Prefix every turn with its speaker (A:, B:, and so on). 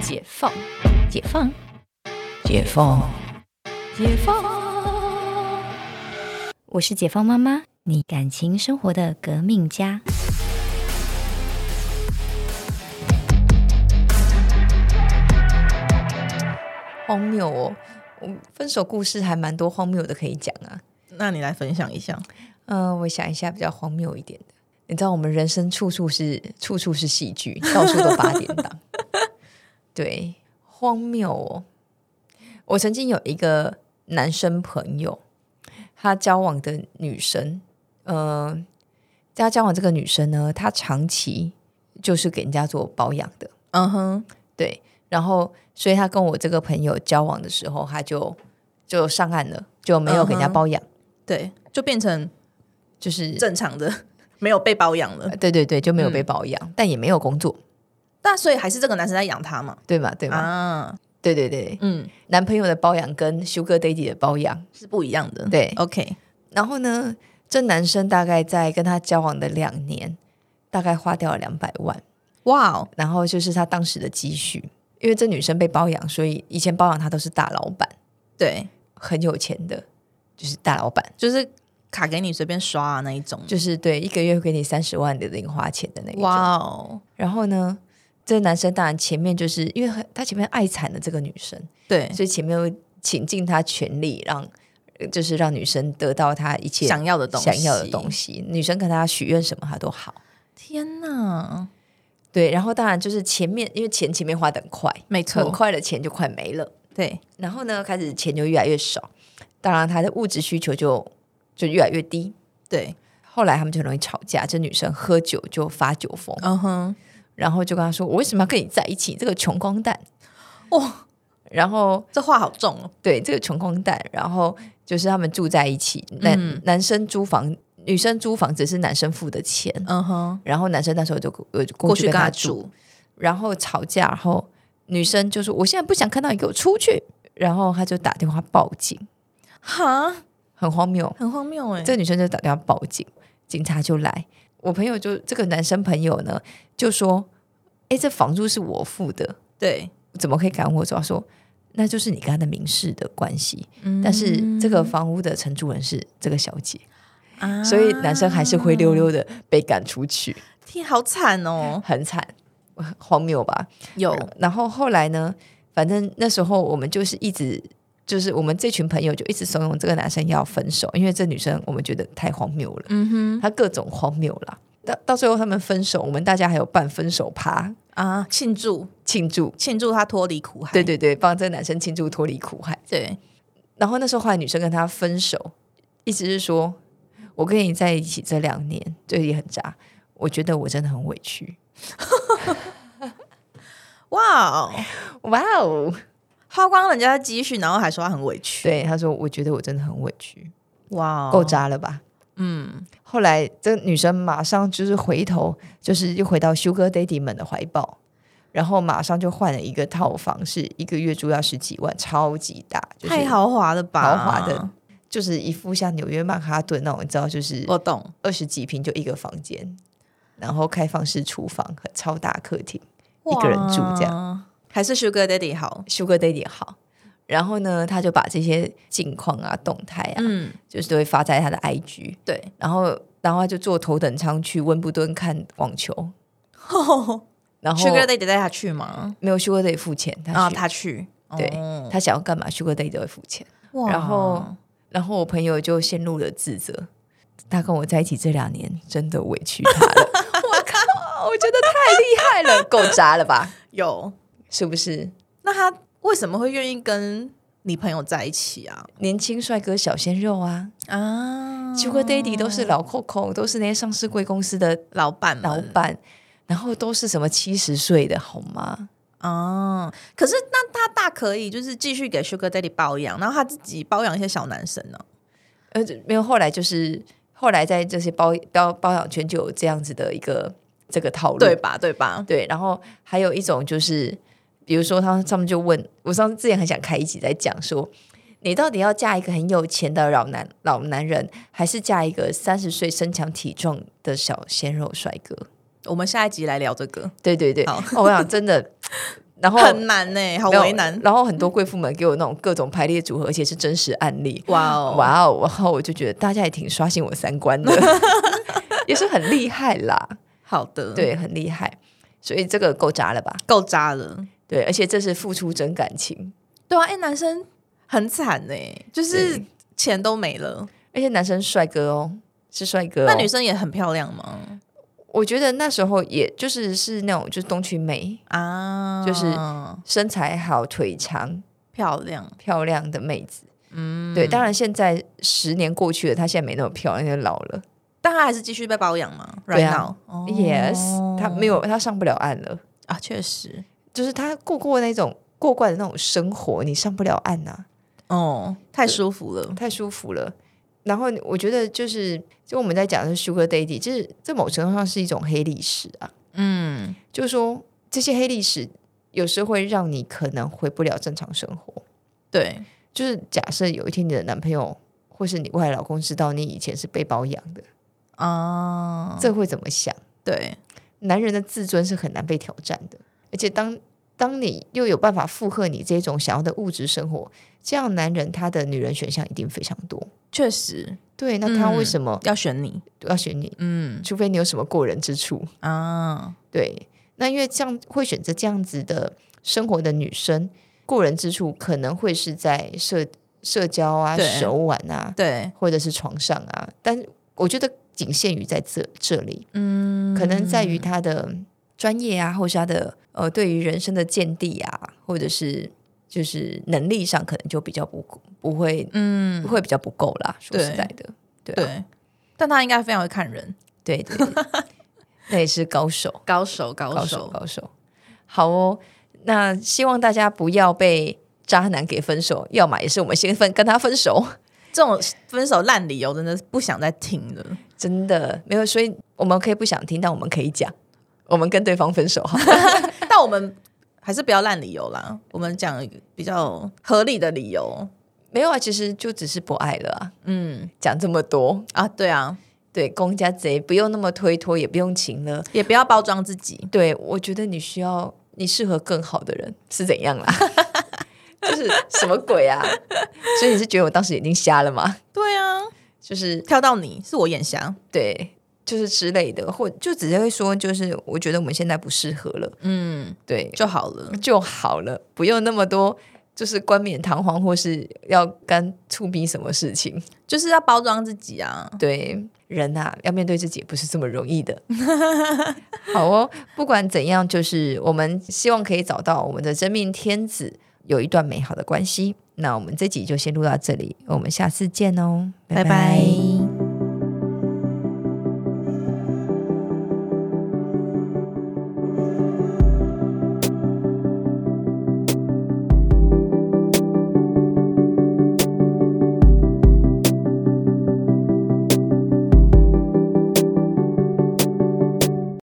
A: 解放，解放，解放，解放。
B: 我是解放妈妈，你感情生活的革命家。
A: 荒谬哦！我分手故事还蛮多荒谬的可以讲啊。
C: 那你来分享一下，
A: 嗯、我想一下比较荒谬一点的。你知道我们人生处处是处处是戏剧，到处都八点档。 对，荒谬哦！我曾经有一个男生朋友，他交往的女生，呃，他交往这个女生呢，她长期就是给人家做保养的。
C: 嗯哼，
A: 对，然后所以他跟我这个朋友交往的时候，他就就上岸了，就没有给人家
C: 嗯哼
A: 包养
C: 对，就变成
A: 就是
C: 正常 的，没有被包养了
A: 呃。对对对，就没有
C: 嗯
A: 被包养，但也没有工作，
C: 但所以还是这个男生在养他嘛？
A: 对吗？对吗？
C: 啊，
A: 对对对，
C: 嗯，
A: 男朋友的包养跟 Sugar Daddy 的包养，
C: 是不一样的。
A: 对
C: ，OK，
A: 然后呢，这男生大概在跟他交往的两年，大概花掉了两百万，
C: 哇哦，
A: 然后就是他当时的积蓄，因为这女生被包养，所以以前包养她都是大老板，
C: 对，
A: 很有钱的，就是大老板。
C: 就是卡给你随便刷、啊、那一种。
A: 就是对一个月会给你三十万的零花钱的那一种。
C: 哇哦，
A: 然后呢，这男生当然前面就是因为很他前面爱惨了这个女生，
C: 对，
A: 所以前面会倾尽他全力让，呃就是让女生得到他一切
C: 想要的东西，
A: 想要的东。西。女生跟他许愿什么他都好。
C: 天哪，
A: 对，然后当然就是前面，因为钱前面花的很快，
C: 没
A: 很
C: 错，
A: 快的钱就快没了。
C: 对，
A: 然后呢，开始钱就越来越少，当然他的物质需求就就越来越低。
C: 对，
A: 后来他们就很容易吵架，这女生喝酒就发酒疯，
C: 嗯哼，
A: 然后就跟他说：“我为什么要跟你在一起？这个穷光蛋！”
C: 哇，
A: 然后
C: 这话好重哦。
A: 对这个穷光蛋，然后就是他们住在一起，男、
C: 嗯
A: 男生租房，女生租房只是男生付的钱，
C: 嗯哼，
A: 然后男生那时候就呃就
C: 过
A: 过
C: 去
A: 去跟
C: 他
A: 他住，
C: 住，
A: 然后吵架，然后女生就说：“我现在不想看到你，给我出去！”然后他就打电话报警，
C: 哈，
A: 很荒谬。
C: 很荒谬哎。
A: 这个女生就打电话报警，警察就来。我朋友就这个男生朋友呢，就说：“哎，这房租是我付的。”
C: 对，
A: 怎么可以赶我走？他说那就是你跟他的民事的关系，
C: 嗯
A: 但是这个房屋的承租人是这个小姐，
C: 啊
A: 所以男生还是灰溜溜的被赶出去，
C: 天好惨哦。
A: 很惨，荒谬吧？
C: 有，
A: 然后后来呢，反正那时候我们就是一直。就是我们这群朋友就一直怂恿这个男生要分手，因为这女生我们觉得太荒谬了，
C: 嗯哼。
A: 她各种荒谬啦。到到最后他们分手，我们大家还有办分手趴
C: 啊，庆祝
A: 庆祝，
C: 庆祝他脱离苦海。
A: 对对对，帮这个男生庆祝脱离苦海。
C: 对，
A: 然后那时候后来女生跟他分手，意思是说我跟你在一起这两年，这也很渣，我觉得我真的很委屈。
C: 哇哦，
A: 哇哦，
C: 花光人家的积蓄，然后还说他很委屈，
A: 对，他说我觉得我真的很委屈，
C: 哇哦，
A: 够，渣了吧？
C: 嗯，
A: 后来这女生马上就是回头，就是又回到 Sugar Daddy 们的怀抱。然后马上就换了一个套房，是一个月租要十几万，超级大，就是、
C: 太，豪华了吧，
A: 豪华的，就是一副像纽约曼哈顿那种，你知道，就是
C: 我懂，
A: 二十几平就一个房间，然后开放式厨房和超大客厅一个人住这样
C: 样，哦还是 Sugar Daddy 好，
A: ，Sugar Daddy 好。然后呢，他就把这些近况啊、动态啊，
C: 嗯，
A: 就是都会发在他的 IG，
C: 对，
A: 然后然后他就坐头等舱去温布顿看网 球，然后
C: Sugar Daddy 带他去吗？
A: 没有 Sugar Daddy 付钱，他
C: 啊，
A: 去
C: 他去，
A: 对
C: 哦
A: 他想要干嘛，Sugar Daddy 都会付钱。
C: 哇
A: 然后然后我朋友就陷入了自责，他跟我在一起这两年真的委屈他了， 我靠，我觉得太厉害了，够渣了吧？
C: 有，
A: 是不是？
C: 那他为什么会愿意跟你朋友在一起啊？
A: 年轻帅哥小鲜肉啊
C: 啊
A: ，Sugar Daddy 都是老 Coco，都是那些上市贵公司的
C: 老板们，
A: 老板，然后都是什么七十岁的好吗？
C: 哦，可是那他大可以就是继续给 Sugar Daddy 包养，然后他自己包养一些小男生呢、
A: 呃，没有，后来就是后来在这些包包包养圈就有这样子的一个这个套路，
C: 对吧？对吧？
A: 对，然后还有一种就是，比如说他他们就问我上次之前很想开一集在讲说，你到底要嫁一个很有钱的老男老男人，还是嫁一个三十岁身强体壮的小鲜肉帅哥？
C: 我们下一集来聊这个。
A: 对对对，
C: 好
A: 哦我想真的，然后
C: 很难呢、好
A: 没有
C: 为难。
A: 然后很多贵妇们给我那种各种排列组合，而且是真实案例。
C: 哇哦，
A: 哇哦！然后我就觉得大家也挺刷新我三观 的，也是很厉害啦，
C: 好的，，
A: 对，很厉害。所以这个够渣了吧？
C: 够渣了。
A: 对，而且这是付出真感情，
C: 对啊，哎、男生很惨呢、就是
A: 对
C: 钱都没了。
A: 而且男生帅哥哦，是帅哥、哦。
C: 那女生也很漂亮吗？
A: 我觉得那时候也就是是那种就是东区妹，
C: 啊，
A: 就是身材好、腿长、
C: 漂亮，
A: 漂亮的妹子。
C: 嗯，
A: 对，当然现在十年过去了，她现在没那么漂亮，因为老了。
C: 但她还是继续被包养嘛
A: 对
C: ？Right
A: 啊
C: now，哦
A: Yes，她没有，她上不了岸了。
C: 啊，确实，
A: 就是她过过那种过惯的那种生活，你上不了岸呐、
C: 哦，太舒服了，
A: 太舒服了。然后我觉得就是，就我们在讲的是 Sugar Daddy，就是这某程度上是一种黑历史啊。
C: 嗯，
A: 就是说这些黑历史有时候会让你可能回不了正常生活。
C: 对，
A: 就是假设有一天你的男朋友或是你未来老公知道你以前是被包养
C: 嗯
A: 的，
C: 啊，
A: 这会怎么想？
C: 对，
A: 男人的自尊是很难被挑战的，而且当当你又有办法附和你这种想要的物质生活，这样男人他的女人选项一定非常多。
C: 确实
A: 对，那他
C: 嗯
A: 为什么
C: 要选你，
A: 要选你？
C: 嗯
A: 除非你有什么过人之处。
C: 啊，
A: 对，那因为这样会选择这样子的生活的女生，过人之处可能会是在社社交啊、
C: 对
A: 手腕啊，
C: 对，
A: 或者是床上啊，但我觉得仅限于在这这里，
C: 嗯，
A: 可能在于她的专业啊，或是她的呃对于人生的见地啊，或者是就是能力上，可能就比较不不会、
C: 嗯，
A: 会比较不够啦。说实
C: 对
A: 在的，对啊
C: 对，但她应该非常会看人，
A: 对对对，那也是高手。
C: 高手，高
A: 高手
C: 手，
A: 高手。好哦，那希望大家不要被渣男给分手，要么也是我们先分跟他分手，
C: 这种分手烂理由真的是不想再听了。
A: 真的没有。所以我们可以不想听，但我们可以讲，我们跟对方分手哈。
C: 但我们还是不要烂理由啦，我们讲比较合理的理由。
A: 没有啊，其实就只是不爱了啊。
C: 嗯
A: 讲这么多，
C: 啊，对啊，
A: 对公家贼不用那么推脱，也不用情了。
C: 也不要包装自己。
A: 对我觉得你需要，你适合更好的人是怎样啦？ 就是什么鬼啊？ 所以你是觉得我当时眼睛瞎了吗？
C: 对啊，
A: 就是
C: 跳到你是我眼瞎。
A: 对，就是之类的，或就只是会说，就是我觉得我们现在不适合了，
C: 嗯，
A: 对，
C: 就好了。
A: 就好了，不用那么多，就是冠冕堂皇或是要干促逼什么事情。
C: 就是要包装自己啊。
A: 对，人啊，要面对自己也不是这么容 易的。好哦，不管怎样，就是我们希望可以找到我们的真命天子，有一段美好的关系。那我们这集就先录到这里，我们下次见哦，拜拜
C: 拜拜